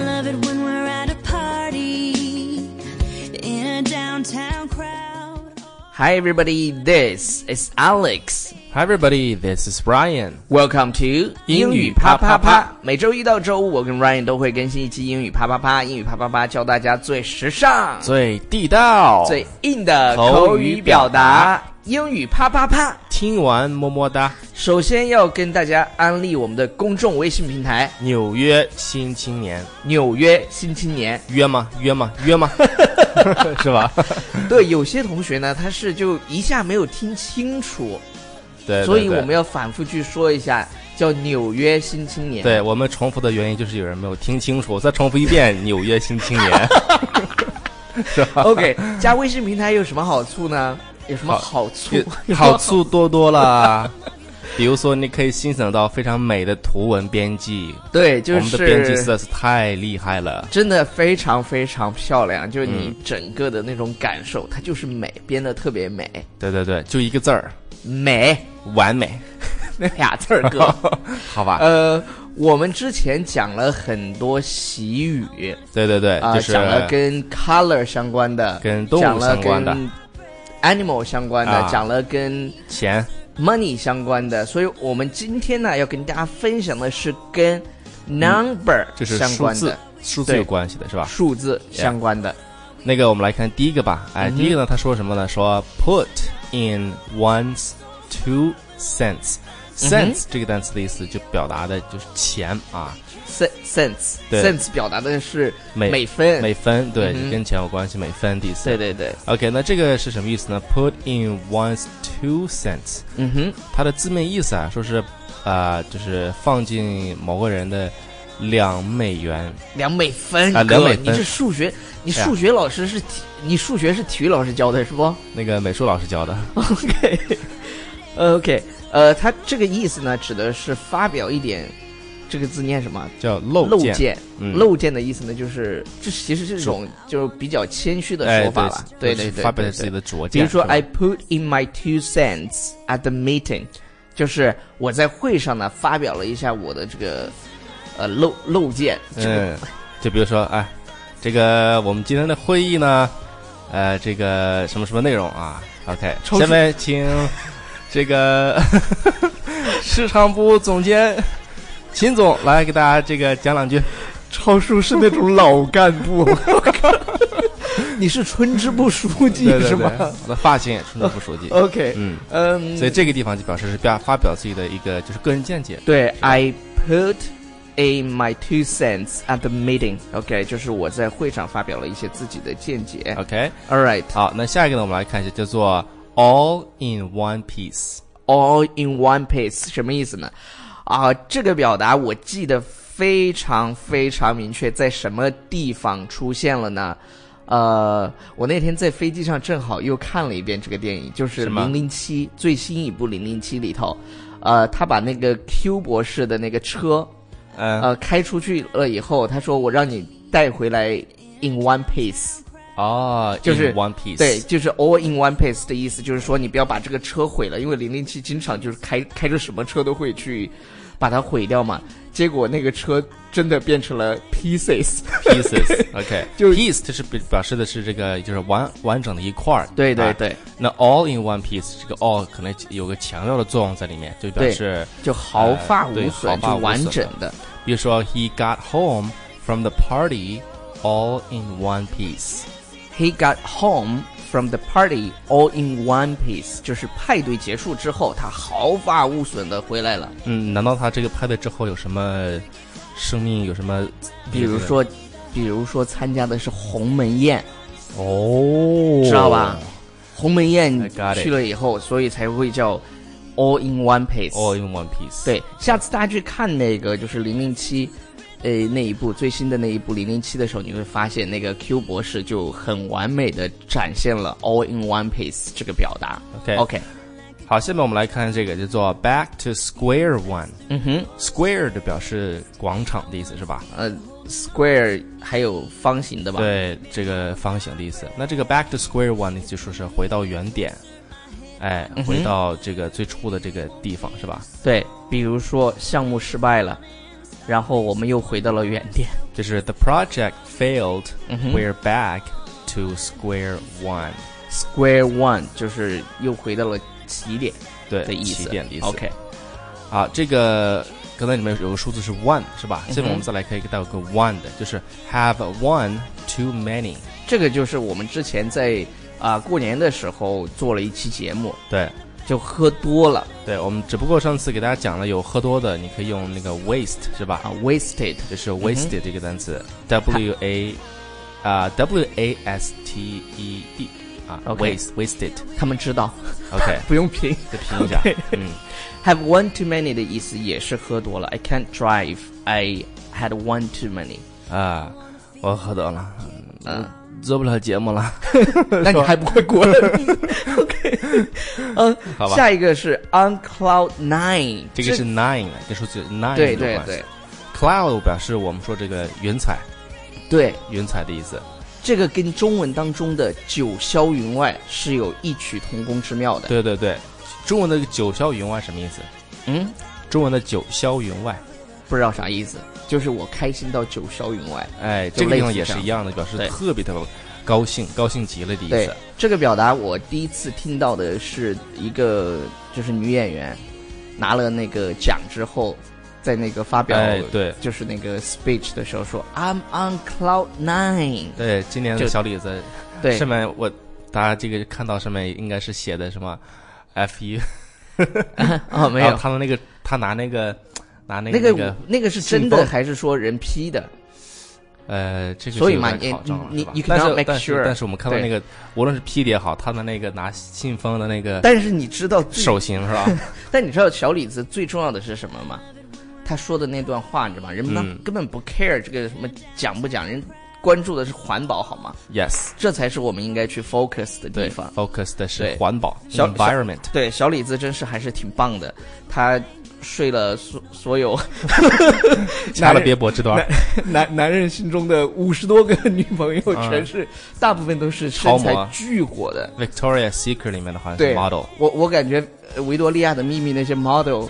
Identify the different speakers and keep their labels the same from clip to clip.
Speaker 1: love it when we're at a party in a downtown crowd.
Speaker 2: Hi everybody, this is Alex.
Speaker 3: Hi everybody, this is Brian.
Speaker 2: Welcome to
Speaker 3: 英语啪啪啪。
Speaker 2: 每周一到周五，我跟 Ryan 都会更新一期英语啪啪啪。英语啪啪啪教大家最时尚、
Speaker 3: 最地道，
Speaker 2: 最硬的口
Speaker 3: 口
Speaker 2: 语
Speaker 3: 语
Speaker 2: 表
Speaker 3: 表
Speaker 2: 达
Speaker 3: 达。
Speaker 2: 英语啪啪啪。
Speaker 3: 听完么么哒。
Speaker 2: 首先要跟大家安利我们的公众微信平台
Speaker 3: 纽约新青年，
Speaker 2: 《纽约新青 年
Speaker 3: 约吗？约吗？约吗？是吧？》。
Speaker 2: 对，有些同学呢，他是就一下没有听清楚，
Speaker 3: 对，
Speaker 2: 所以
Speaker 3: 对
Speaker 2: 我们
Speaker 3: 对
Speaker 2: 要反复去说一下，叫《纽约新青年》。
Speaker 3: 对我们重复的原因就是有人没有听清楚，再重复一遍纽约新 青年，是吧？
Speaker 2: OK，加微信平台有什么好处呢？有什么
Speaker 3: 好
Speaker 2: 好处？
Speaker 3: 好处多多啦。比如说，你可以欣赏到非常美的图文编辑，
Speaker 2: 对，就
Speaker 3: 我们的编辑实
Speaker 2: 是
Speaker 3: 在是太厉害了。
Speaker 2: 真的非常非常漂亮，就是你
Speaker 3: 嗯
Speaker 2: 整个的那种感受，它就是美，编的特别美，
Speaker 3: 对对对，就一个字儿，
Speaker 2: 美
Speaker 3: 完美，
Speaker 2: 那俩字儿哥。
Speaker 3: 好吧？
Speaker 2: 呃，我们之前讲了很多习语
Speaker 3: 对对对，
Speaker 2: 啊、
Speaker 3: 哎就是
Speaker 2: 讲了跟 color 相关的，
Speaker 3: 跟动物相
Speaker 2: 讲了
Speaker 3: 关的
Speaker 2: 跟 animal 相关的，
Speaker 3: 啊
Speaker 2: 讲了跟
Speaker 3: 钱
Speaker 2: money 相关的，所以我们今天呢要跟大家分享的是跟 number
Speaker 3: 嗯就是
Speaker 2: 相
Speaker 3: 数
Speaker 2: 关
Speaker 3: 字
Speaker 2: 的、
Speaker 3: 数字
Speaker 2: 对
Speaker 3: 有关系的是吧？
Speaker 2: 数字
Speaker 3: Yeah
Speaker 2: 相关的。
Speaker 3: 那个我们来看第一个吧，哎，
Speaker 2: 嗯哼
Speaker 3: 第一个呢，他说什么呢？说 put in one's two cents。
Speaker 2: 嗯哼
Speaker 3: cents 这个单词的意思就表达的就是钱啊，
Speaker 2: sen- sense
Speaker 3: 对
Speaker 2: sense 表达的是
Speaker 3: 每
Speaker 2: 每分，
Speaker 3: 每分，对，
Speaker 2: 嗯哼
Speaker 3: 就跟钱有关系，每分的意思
Speaker 2: 对。对对，
Speaker 3: OK，那这个是什么意思呢？Put in one's two cents，
Speaker 2: 嗯哼，
Speaker 3: 它的字面意思啊，说是啊，就是放进某个人的两美元，
Speaker 2: 两美分
Speaker 3: 啊
Speaker 2: 哥
Speaker 3: 两美分
Speaker 2: 你这数学，你
Speaker 3: 哎呀
Speaker 2: 数学老师是体，你数学是体育老师教的是 不
Speaker 3: 那个美术老师教的。
Speaker 2: ？OK，呃 OK，呃，它这个意思呢，指的是发表一点，这个字念什么？
Speaker 3: 叫漏
Speaker 2: 漏
Speaker 3: 见，
Speaker 2: 见，
Speaker 3: 嗯
Speaker 2: 漏见的意思呢，就是这其实是一种就是比较谦虚的说法了，对
Speaker 3: 哎
Speaker 2: 对
Speaker 3: 对，
Speaker 2: 对，
Speaker 3: 发表
Speaker 2: 对
Speaker 3: 自己。的拙
Speaker 2: 比
Speaker 3: 见。
Speaker 2: 如说哎
Speaker 3: 是吧
Speaker 2: ，I put in my two cents at the meeting，就是我在会上呢发表了一下我的这个呃漏漏见，这个
Speaker 3: 嗯，就比如说，哎，这个我们今天的会议呢，呃，这个什么什么内容啊？OK，
Speaker 2: 抽
Speaker 3: 下
Speaker 2: 出
Speaker 3: 面请这个 市场部总监秦总来给大家这个讲 两句。
Speaker 2: 超叔是那种老干部， 你是村支部书记
Speaker 3: 对对
Speaker 2: 是
Speaker 3: 对，
Speaker 2: 吗呃
Speaker 3: 我的发型也出了不熟悉。
Speaker 2: ？OK，
Speaker 3: 嗯，
Speaker 2: 嗯，
Speaker 3: 所以这个地方就表示是表发表自己的一个就是个人见解。
Speaker 2: 对，I put in my two cents at the meeting。OK，就是我在会上发表了一些自己的见解。
Speaker 3: OK，
Speaker 2: All right,
Speaker 3: 好，那下一个呢，我们来看一下，叫做 All in One Piece。
Speaker 2: all in one piece 什么意思呢？啊，这个表达我记得非常非常明确，在什么地方出现了呢？呃，我那天在飞机上正好又看了一遍这个电影，就是
Speaker 3: 是
Speaker 2: 《
Speaker 3: 吗
Speaker 2: 零零七》最新一部《零零七》里头，呃，他把那个 Q 博士的那个车
Speaker 3: 嗯，
Speaker 2: 呃，开出去了以后，他说我让你带回来 in one piece，
Speaker 3: 哦，
Speaker 2: 就是
Speaker 3: in One Piece。
Speaker 2: 对，就是 all in one piece 的意思，就是说你不要把这个车毁了，因为零零七经常就是开开着什么车都会去把它毁掉嘛。结果那个车真的变成了 pieces，
Speaker 3: pieces，OK，
Speaker 2: 就是
Speaker 3: piece 这是表表示的是这个就是完完整的一块儿，
Speaker 2: 对对
Speaker 3: 啊
Speaker 2: 对，
Speaker 3: 那 all in one piece 这个 all 可能有个强调的作用在里面，就表示，
Speaker 2: 就毫发
Speaker 3: 呃
Speaker 2: 无
Speaker 3: 对
Speaker 2: 损，
Speaker 3: 毫发
Speaker 2: 就
Speaker 3: 无
Speaker 2: 完
Speaker 3: 损
Speaker 2: 整的。
Speaker 3: 比如说 he got home from the party all in one piece，
Speaker 2: He got home from the party all in one piece，就是派对结束之后，他毫发无损的回来了。
Speaker 3: 嗯，难道他这个派对之后有什么生命有什么？
Speaker 2: 比如说，比如说参加的是鸿门宴，
Speaker 3: 哦，
Speaker 2: 知道吧？鸿门宴
Speaker 3: I got it
Speaker 2: 去了以后，所以才会叫 all in one piece。
Speaker 3: ？all in one piece，，
Speaker 2: 对，下次大家去看那个就是零零七，呃，那一部最新的那一部零零七的时候，你会发现那个 Q 博士就很完美的展现了 all in one piece 这个表达。
Speaker 3: OK
Speaker 2: OK，
Speaker 3: 好，下面我们来看这个叫做 back to square one。
Speaker 2: 嗯哼，
Speaker 3: Square 就表示广场的意思是吧？
Speaker 2: 呃，square 还有方形的吧？，
Speaker 3: 对，这个方形的意思。那这个 back to square one 呢，就说是回到原点，哎
Speaker 2: 嗯，哼
Speaker 3: 回到这个最初的这个地方是吧？
Speaker 2: 对，比如说项目失败了，然后我们又回到了原点。
Speaker 3: 就是 The project failed.
Speaker 2: 嗯哼
Speaker 3: We're back to square one.
Speaker 2: Square One 就是又回到了起点
Speaker 3: 对，
Speaker 2: 的意思。
Speaker 3: 起点的意思。
Speaker 2: OK，
Speaker 3: 啊，这个刚才里面有个数字是 one 是吧？这边
Speaker 2: 嗯哼
Speaker 3: 我们再来可以带有个 one 的，就是 have one too many。
Speaker 2: 这个就是我们之前在啊、过年的时候做了一期节目，
Speaker 3: 对，
Speaker 2: 就喝多了
Speaker 3: 对，我们只不过上次给大家讲了有喝多的，你可以用那个 waste 是吧？
Speaker 2: 啊，wasted。
Speaker 3: 就是 wasted 这个单词、w a 啊、w a s t e d 啊
Speaker 2: OK
Speaker 3: waste wasted
Speaker 2: 他们知道，
Speaker 3: OK
Speaker 2: 不用拼。
Speaker 3: 再拼一下
Speaker 2: OK
Speaker 3: 嗯
Speaker 2: Have one too many 的意思也是喝多了。I can't drive. I had one too many.
Speaker 3: 啊，我喝多了，嗯
Speaker 2: 嗯，
Speaker 3: 做不了节目了，
Speaker 2: 那你还不会滚 ？OK，嗯，
Speaker 3: 好吧
Speaker 2: 下一个是 On Cloud Nine，
Speaker 3: 这个是 nine 跟数字 nine
Speaker 2: 对
Speaker 3: 有
Speaker 2: 对
Speaker 3: 关系
Speaker 2: 对
Speaker 3: cloud 表示我们说这个云彩
Speaker 2: 对，
Speaker 3: 云彩的意思，
Speaker 2: 这个跟中文当中的九霄云外是有异曲同工之妙的。
Speaker 3: 对对对，中文的九霄云外什么意思？
Speaker 2: 嗯，
Speaker 3: 中文的九霄云外。
Speaker 2: 不知道啥意思，就是我开心到九霄云外。
Speaker 3: 哎，
Speaker 2: 就
Speaker 3: 这个地方
Speaker 2: 类似
Speaker 3: 也
Speaker 2: 这
Speaker 3: 是
Speaker 2: 样
Speaker 3: 一样的，表示
Speaker 2: 对
Speaker 3: 特别特别高兴，高兴极了的意
Speaker 2: 对
Speaker 3: 思。
Speaker 2: 这个表达，我第一次听到的是一个就是女演员拿了那个奖之后，在那个发表、
Speaker 3: 哎，对
Speaker 2: 就是那个 speech 的时候说 I'm on cloud nine。
Speaker 3: 对，今年
Speaker 2: 就
Speaker 3: 的小李子
Speaker 2: 对
Speaker 3: 上，面我大家这个看到上面应该是写的什么 F 一，
Speaker 2: 哦，没
Speaker 3: 然
Speaker 2: 有
Speaker 3: 后，他们那个他拿那个拿啊那
Speaker 2: 那
Speaker 3: 个
Speaker 2: 个那个是真
Speaker 3: 信
Speaker 2: 的
Speaker 3: 封
Speaker 2: 还是说人 P 的？
Speaker 3: 呃，这个
Speaker 2: 所以
Speaker 3: 是有
Speaker 2: 嘛
Speaker 3: 待
Speaker 2: 你
Speaker 3: 考证了
Speaker 2: 你
Speaker 3: 是吧
Speaker 2: 你 cannot
Speaker 3: 但是
Speaker 2: make
Speaker 3: 但是
Speaker 2: sure
Speaker 3: 但是我们看到
Speaker 2: 对
Speaker 3: 那个无论是 P 的也好，他的那个拿信封的那个
Speaker 2: 但是你知道最
Speaker 3: 手型 是吧？
Speaker 2: 但你知道小李子最重要的是什么吗？他说的那段话，你知道吗？人们当
Speaker 3: 嗯
Speaker 2: 根本不 care 这个什么讲不讲，人关注的是环保，好吗？
Speaker 3: Yes，
Speaker 2: 这才是我们应该去 focus 的地
Speaker 3: 对
Speaker 2: 方。
Speaker 3: ，focus 的是
Speaker 2: 对
Speaker 3: 环保嗯
Speaker 2: 小
Speaker 3: environment，
Speaker 2: 对，小李子真是还是挺棒的，他睡了所所 有
Speaker 3: 掐了别脖这段，
Speaker 2: 男男人心中的五十多个女朋友，
Speaker 3: 嗯
Speaker 2: 全是、大部分都是
Speaker 3: 超
Speaker 2: 身
Speaker 3: 模
Speaker 2: 材巨火的。
Speaker 3: Victoria Secret 里面的好像是
Speaker 2: 对
Speaker 3: model，
Speaker 2: 我我感觉呃维多利亚的秘密那些 model，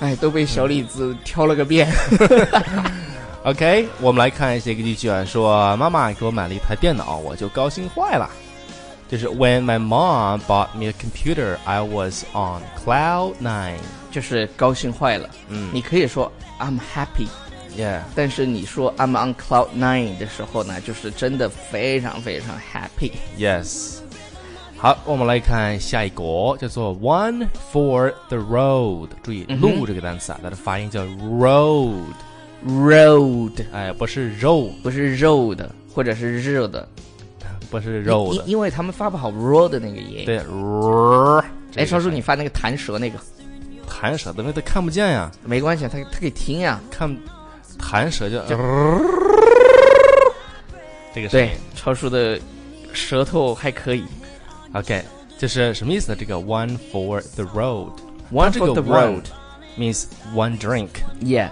Speaker 2: 哎，都被小李子挑了个遍。
Speaker 3: OK，我们来看一些例句啊，说妈妈给我买了一台电脑，我就高兴坏了。就是 When my mom bought me a computer, I was on cloud nine。
Speaker 2: 就是高兴坏了。
Speaker 3: 嗯
Speaker 2: 你可以说 I'm happy，
Speaker 3: Yeah，
Speaker 2: 但是你说 I'm on cloud nine 的时候呢，就是真的非常非常 happy。
Speaker 3: yes。好，我们来看下一个，叫做 One for the road。注意“路”这个单词啊，它的发音叫 road，
Speaker 2: Road
Speaker 3: 哎，不是 road，
Speaker 2: 不是 road，或者是 road
Speaker 3: 不是
Speaker 2: 因
Speaker 3: road，
Speaker 2: 因为他们发不好 road 的那个音。
Speaker 3: 对。road 这
Speaker 2: 哎，
Speaker 3: 个
Speaker 2: 超叔，
Speaker 3: 是
Speaker 2: 你发那个弹舌那个
Speaker 3: 弹舌，因为他看不见呀，
Speaker 2: 没关系，他他可以听啊呀。
Speaker 3: 看弹舌就呃这个声音
Speaker 2: 对，超叔的舌头还可以。
Speaker 3: OK，就是什么意思呢？这个 one for the road，
Speaker 2: One
Speaker 3: 这个
Speaker 2: for the road,
Speaker 3: means one drink
Speaker 2: yeah，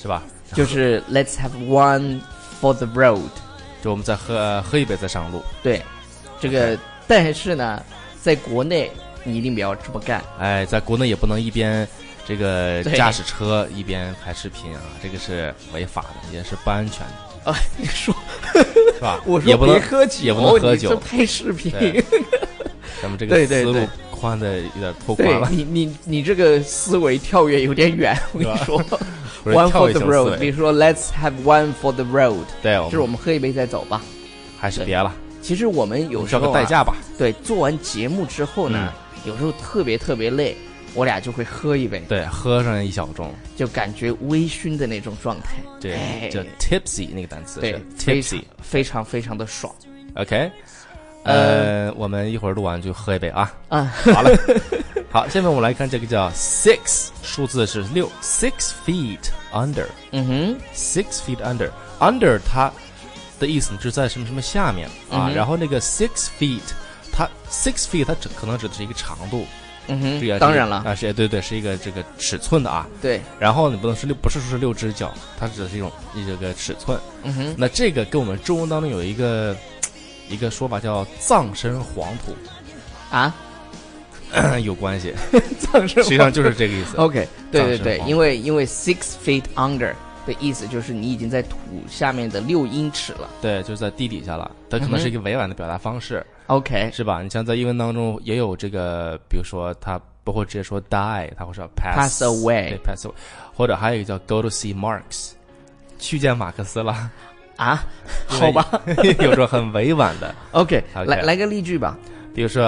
Speaker 3: 是吧？
Speaker 2: 就是 Let's have one for the road。
Speaker 3: 就我们再喝、呃喝一杯再上路。
Speaker 2: 对，这个但是呢，在国内你一定不要这么干。
Speaker 3: 哎，在国内也不能一边这个
Speaker 2: 对
Speaker 3: 驾驶车一边拍视频啊，这个是违法的，也是不安全的，
Speaker 2: 啊，你说，
Speaker 3: 是吧
Speaker 2: ？我说
Speaker 3: 也不能
Speaker 2: 别喝酒，
Speaker 3: 也不能喝酒
Speaker 2: 你这拍视频，
Speaker 3: 对咱们这个
Speaker 2: 对对
Speaker 3: 思路
Speaker 2: 对
Speaker 3: 宽的有点拓宽
Speaker 2: 对
Speaker 3: 了，
Speaker 2: 你你你这个思维跳跃有点远，我跟你说
Speaker 3: 不是
Speaker 2: ，one
Speaker 3: 跳
Speaker 2: for
Speaker 3: 一
Speaker 2: the
Speaker 3: 层思
Speaker 2: road，比
Speaker 3: 维。
Speaker 2: 如说 let's have one for the road，
Speaker 3: 对，我
Speaker 2: 就是我
Speaker 3: 们
Speaker 2: 们喝一杯再走吧。
Speaker 3: 还是别了，
Speaker 2: 其实我们有时
Speaker 3: 交
Speaker 2: 候、
Speaker 3: 个
Speaker 2: 啊、
Speaker 3: 代驾吧。
Speaker 2: 对，做完节目之后呢，有时候特别特别累，我俩就会喝一杯，
Speaker 3: 对，喝上一小盅，
Speaker 2: 就感觉微醺的那种状态，
Speaker 3: 对
Speaker 2: 哎，
Speaker 3: 叫 tipsy 那个单词
Speaker 2: 对
Speaker 3: 是，
Speaker 2: 非常
Speaker 3: tipsy。
Speaker 2: 非常非常的爽
Speaker 3: OK，呃，我们一会儿录完就喝一杯啊。
Speaker 2: 啊！
Speaker 3: 好了，好，下面我们来看这个叫 six，数字是六，six feet under，six
Speaker 2: 嗯哼，
Speaker 3: feet under，under 它的意思呢就是在什么什么下面
Speaker 2: 嗯
Speaker 3: 啊，然后那个 six feet，它 six feet 它只可能指的是一个长度，
Speaker 2: 嗯
Speaker 3: 这个
Speaker 2: 哼，当然了，
Speaker 3: 啊，是对对，是一个这个尺寸的啊。
Speaker 2: 对，
Speaker 3: 然后你不能说六，不是说是六只脚，它指的是一种一这个尺寸。
Speaker 2: 嗯哼，
Speaker 3: 那这个跟我们中文当中有一个一个说法叫“葬身黄土
Speaker 2: 啊，”
Speaker 3: 有关 系，
Speaker 2: 藏身
Speaker 3: 实际上就是这个意思。
Speaker 2: OK，对对
Speaker 3: 藏身
Speaker 2: 对，
Speaker 3: 黄
Speaker 2: 因为因为 six feet under 的意思就是你已经在土下面的六英尺了。
Speaker 3: 对，就是在地底下了。它可能是一个委婉的表达方式，
Speaker 2: 嗯 OK，
Speaker 3: 是吧？你像在英文当中也有这个，比如说他不会直接说 die，他会说 pass
Speaker 2: Pass away
Speaker 3: 对 pass away，或者还有一个叫 go to see Marx，去见马克思了，
Speaker 2: 啊， 好吧
Speaker 3: 有种很委婉的，
Speaker 2: ，OK，
Speaker 3: OK
Speaker 2: 来来个例句吧。
Speaker 3: 比如说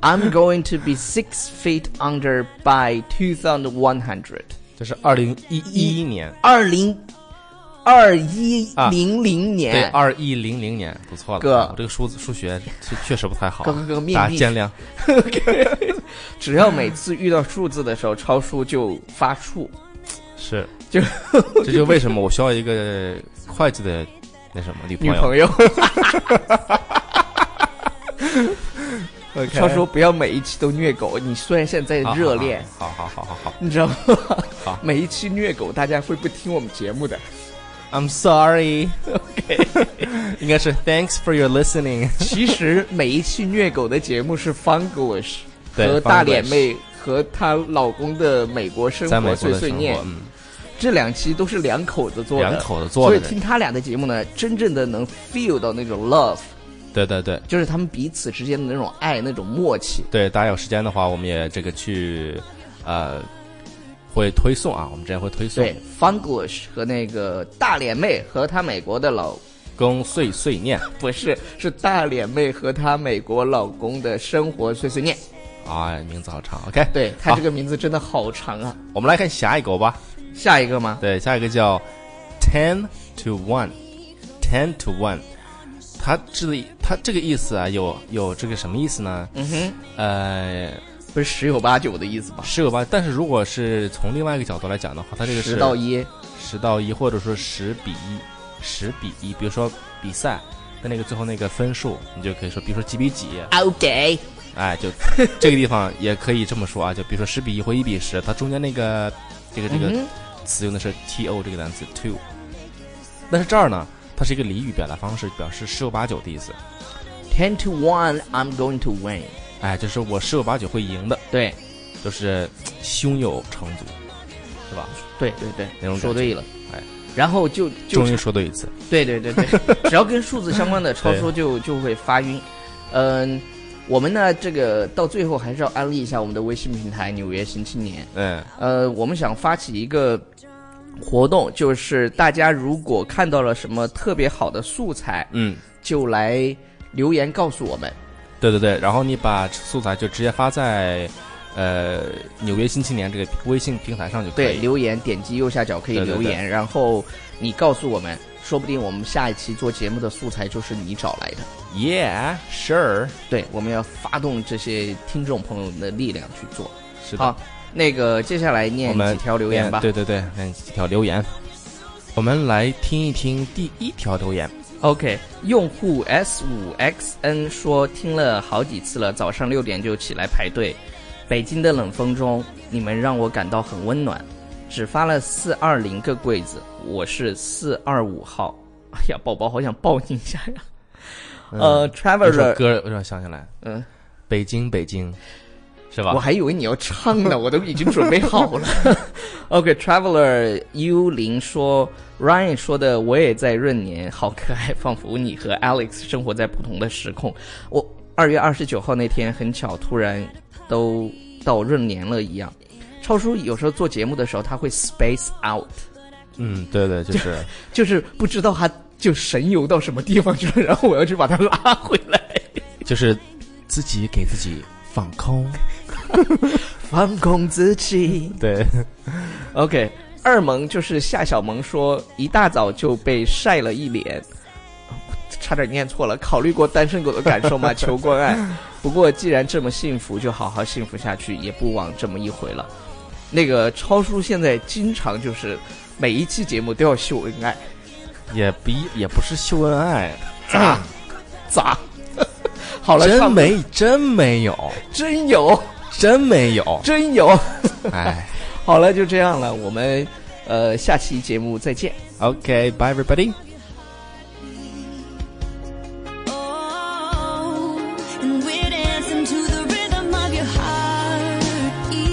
Speaker 2: I'm going to be six feet under by two thousand one hundred。
Speaker 3: 这是二零一一年，
Speaker 2: 二零二一零零
Speaker 3: 啊对，
Speaker 2: 年，
Speaker 3: 二一零零年，不错了，
Speaker 2: 哥
Speaker 3: 我这个数字数学确确实不太好，
Speaker 2: 哥哥哥命
Speaker 3: 大家
Speaker 2: 运
Speaker 3: 见谅。
Speaker 2: 只要每次遇到数字的时候超出就发怵。
Speaker 3: 是，
Speaker 2: 就
Speaker 3: 这就为什么我需要一个会计的那什么女朋
Speaker 2: 女
Speaker 3: 友。
Speaker 2: 朋 友，
Speaker 3: OK
Speaker 2: 他说不要每一期都虐狗。你虽然现在
Speaker 3: 好好
Speaker 2: 热恋，
Speaker 3: 好好好好好
Speaker 2: 你知道吗
Speaker 3: 啊好？
Speaker 2: 每一期虐狗，大家会不听我们节目的。
Speaker 3: 好，I'm sorry。OK，应该 是 Thanks for your listening。
Speaker 2: 其实每一期虐狗的节目是 Fungus
Speaker 3: 对
Speaker 2: 和
Speaker 3: Fungus
Speaker 2: 大脸妹和她老公的美国生
Speaker 3: 在
Speaker 2: 活
Speaker 3: 美国
Speaker 2: 碎
Speaker 3: 的
Speaker 2: 碎
Speaker 3: 生
Speaker 2: 念
Speaker 3: 活，，嗯，
Speaker 2: 这两期都是两口子做的，
Speaker 3: 两口子做
Speaker 2: 所
Speaker 3: 的
Speaker 2: 以听他俩的节目呢，真正的能 feel 到那种 love，
Speaker 3: 对对对
Speaker 2: 就是他们彼此之间的那种爱，那种默契。
Speaker 3: 对，大家有时间的话，我们也这个去呃会推送啊，我们之前会推送
Speaker 2: 对，Funglish 和那个大脸妹和她美国的老
Speaker 3: 跟碎碎念
Speaker 2: 不是是大脸妹和她美国老公的生活碎碎念。
Speaker 3: 啊，名字好长。OK，
Speaker 2: 对她
Speaker 3: 好
Speaker 2: 这个名字真的好长啊！
Speaker 3: 我们来看下一个吧。
Speaker 2: 下一个吗？
Speaker 3: 对，下一个叫 ten to one，ten to one，它这个它这个意思啊，有有这个什么意思呢？
Speaker 2: 嗯哼，
Speaker 3: 呃，
Speaker 2: 不是十有八九的意思吧？
Speaker 3: 十有八，但是如果是从另外一个角度来讲的话，它这个是
Speaker 2: 十到一，
Speaker 3: 十到一，或者说十比一，十比一，比如说比赛。的那个最后那个分数，你就可以说，比如说几比几，
Speaker 2: OK，
Speaker 3: 哎，就这个地方也可以这么说啊，就比如说十比一或一比十，它中间那个这个这个
Speaker 2: 嗯
Speaker 3: 词用的是 to 这个单词 to，但是这儿呢，它是一个俚语表达方式，表示十有八九的意思。
Speaker 2: ，ten to one，I'm going to win。
Speaker 3: 哎，就是我十有八九会赢的，
Speaker 2: 对，
Speaker 3: 就是嘖胸有成竹，是吧？
Speaker 2: 对对对，
Speaker 3: 那种感觉
Speaker 2: 说对了，
Speaker 3: 哎，
Speaker 2: 然后就就
Speaker 3: 终于说对一次。
Speaker 2: 对对对对，只要跟数字相关 的超说就就会发晕。嗯，我们呢这个到最后还是要安利一下我们的微信平台《纽约新青年》。
Speaker 3: 嗯，
Speaker 2: 呃，我们想发起一个活动，就是大家如果看到了什么特别好的素材，
Speaker 3: 嗯，
Speaker 2: 就来留言告诉我们。
Speaker 3: 对对对，然后你把素材就直接发在呃纽约新青年这个微信平台上就可
Speaker 2: 对，
Speaker 3: 以。
Speaker 2: 留言点击右下角可以
Speaker 3: 对对
Speaker 2: 留言，然后你告诉我们，说不定我们下一期做节目的素材就是你找来的。
Speaker 3: Yeah, sure，
Speaker 2: 对，我们要发动这些听众朋友们的力量去做。
Speaker 3: 是的。
Speaker 2: 好，那个接下来
Speaker 3: 我
Speaker 2: 念
Speaker 3: 们
Speaker 2: 几条留言吧。
Speaker 3: 对对对，那几条留言，我们来听一听第一条留言。
Speaker 2: OK，用户 S 五 XN 说听了好几次了，早上六点就起来排队。北京的冷风中，你们让我感到很温暖。只发了四二零个柜子，我是四二五号。哎呀，宝宝好想抱你一下呀。
Speaker 3: 嗯
Speaker 2: 呃
Speaker 3: 有首
Speaker 2: ，Traveler，
Speaker 3: 歌，我让我想起来，
Speaker 2: 嗯，
Speaker 3: 北京，北京，是吧
Speaker 2: 我？还以为你要唱呢，我都已经准备好了。OK，Traveler、幽灵说，Ryan 说的我也在闰年，好可爱，仿佛你和 Alex 生活在不同的时空。我二月二十九号那天很巧，突然都到闰年了一样。超叔有时候做节目的时候，他会 space out，
Speaker 3: 嗯，对对，就是
Speaker 2: 就是不知道他就神游到什么地方去了，然后我要去把他拉回来。
Speaker 3: 就是自己给自己放 空。
Speaker 2: 放空自己。
Speaker 3: 对，
Speaker 2: OK，二萌就是夏小萌说，一大早就被晒了一脸， 差点念错了。考虑过单身狗的感受 吗？求关爱。不过既然这么幸福，就好好幸福下去，也不枉这么一回了。那个超叔现在经常就是每一期节目都要秀恩爱，
Speaker 3: 也不也不是秀恩爱，
Speaker 2: 咋？ 好了，
Speaker 3: 真
Speaker 2: 上
Speaker 3: 没真没有，
Speaker 2: 真有。
Speaker 3: 真没有
Speaker 2: 真有。
Speaker 3: 哎
Speaker 2: 好了，就这样了，我们呃下期节目再见。
Speaker 3: ，OK，bye everybody。
Speaker 1: Oh, and we're dancing to the rhythm of your heartbeat.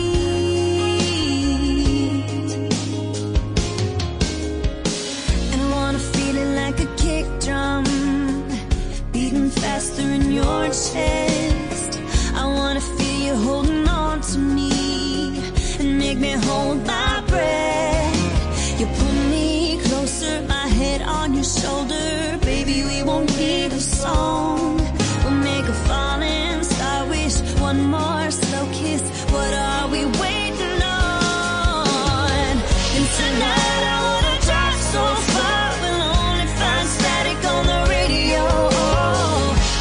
Speaker 1: head on your shoulder. Baby, we won't need a song. We'll make a falling star wish. One more slow kiss. What are we waiting on? And tonight I wanna drive so far. We'll only find static on the radio.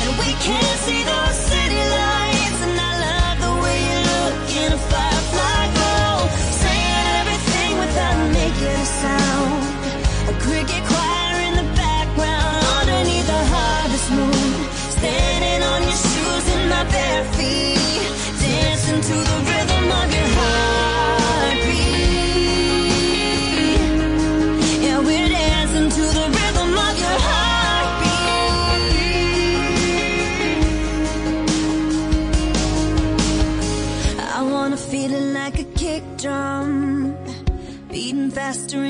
Speaker 1: And we can't see those city lights. And I love the way you look in a firefly glow. Saying everything without making a sound. A cricket choir in the background underneath the harvest moon. Standing on your shoes in my bare feet. Dancing to the rhythm of your heartbeat. Yeah, we're dancing to the rhythm of your heartbeat. I wanna feel it like a kick drum, beating faster Oh.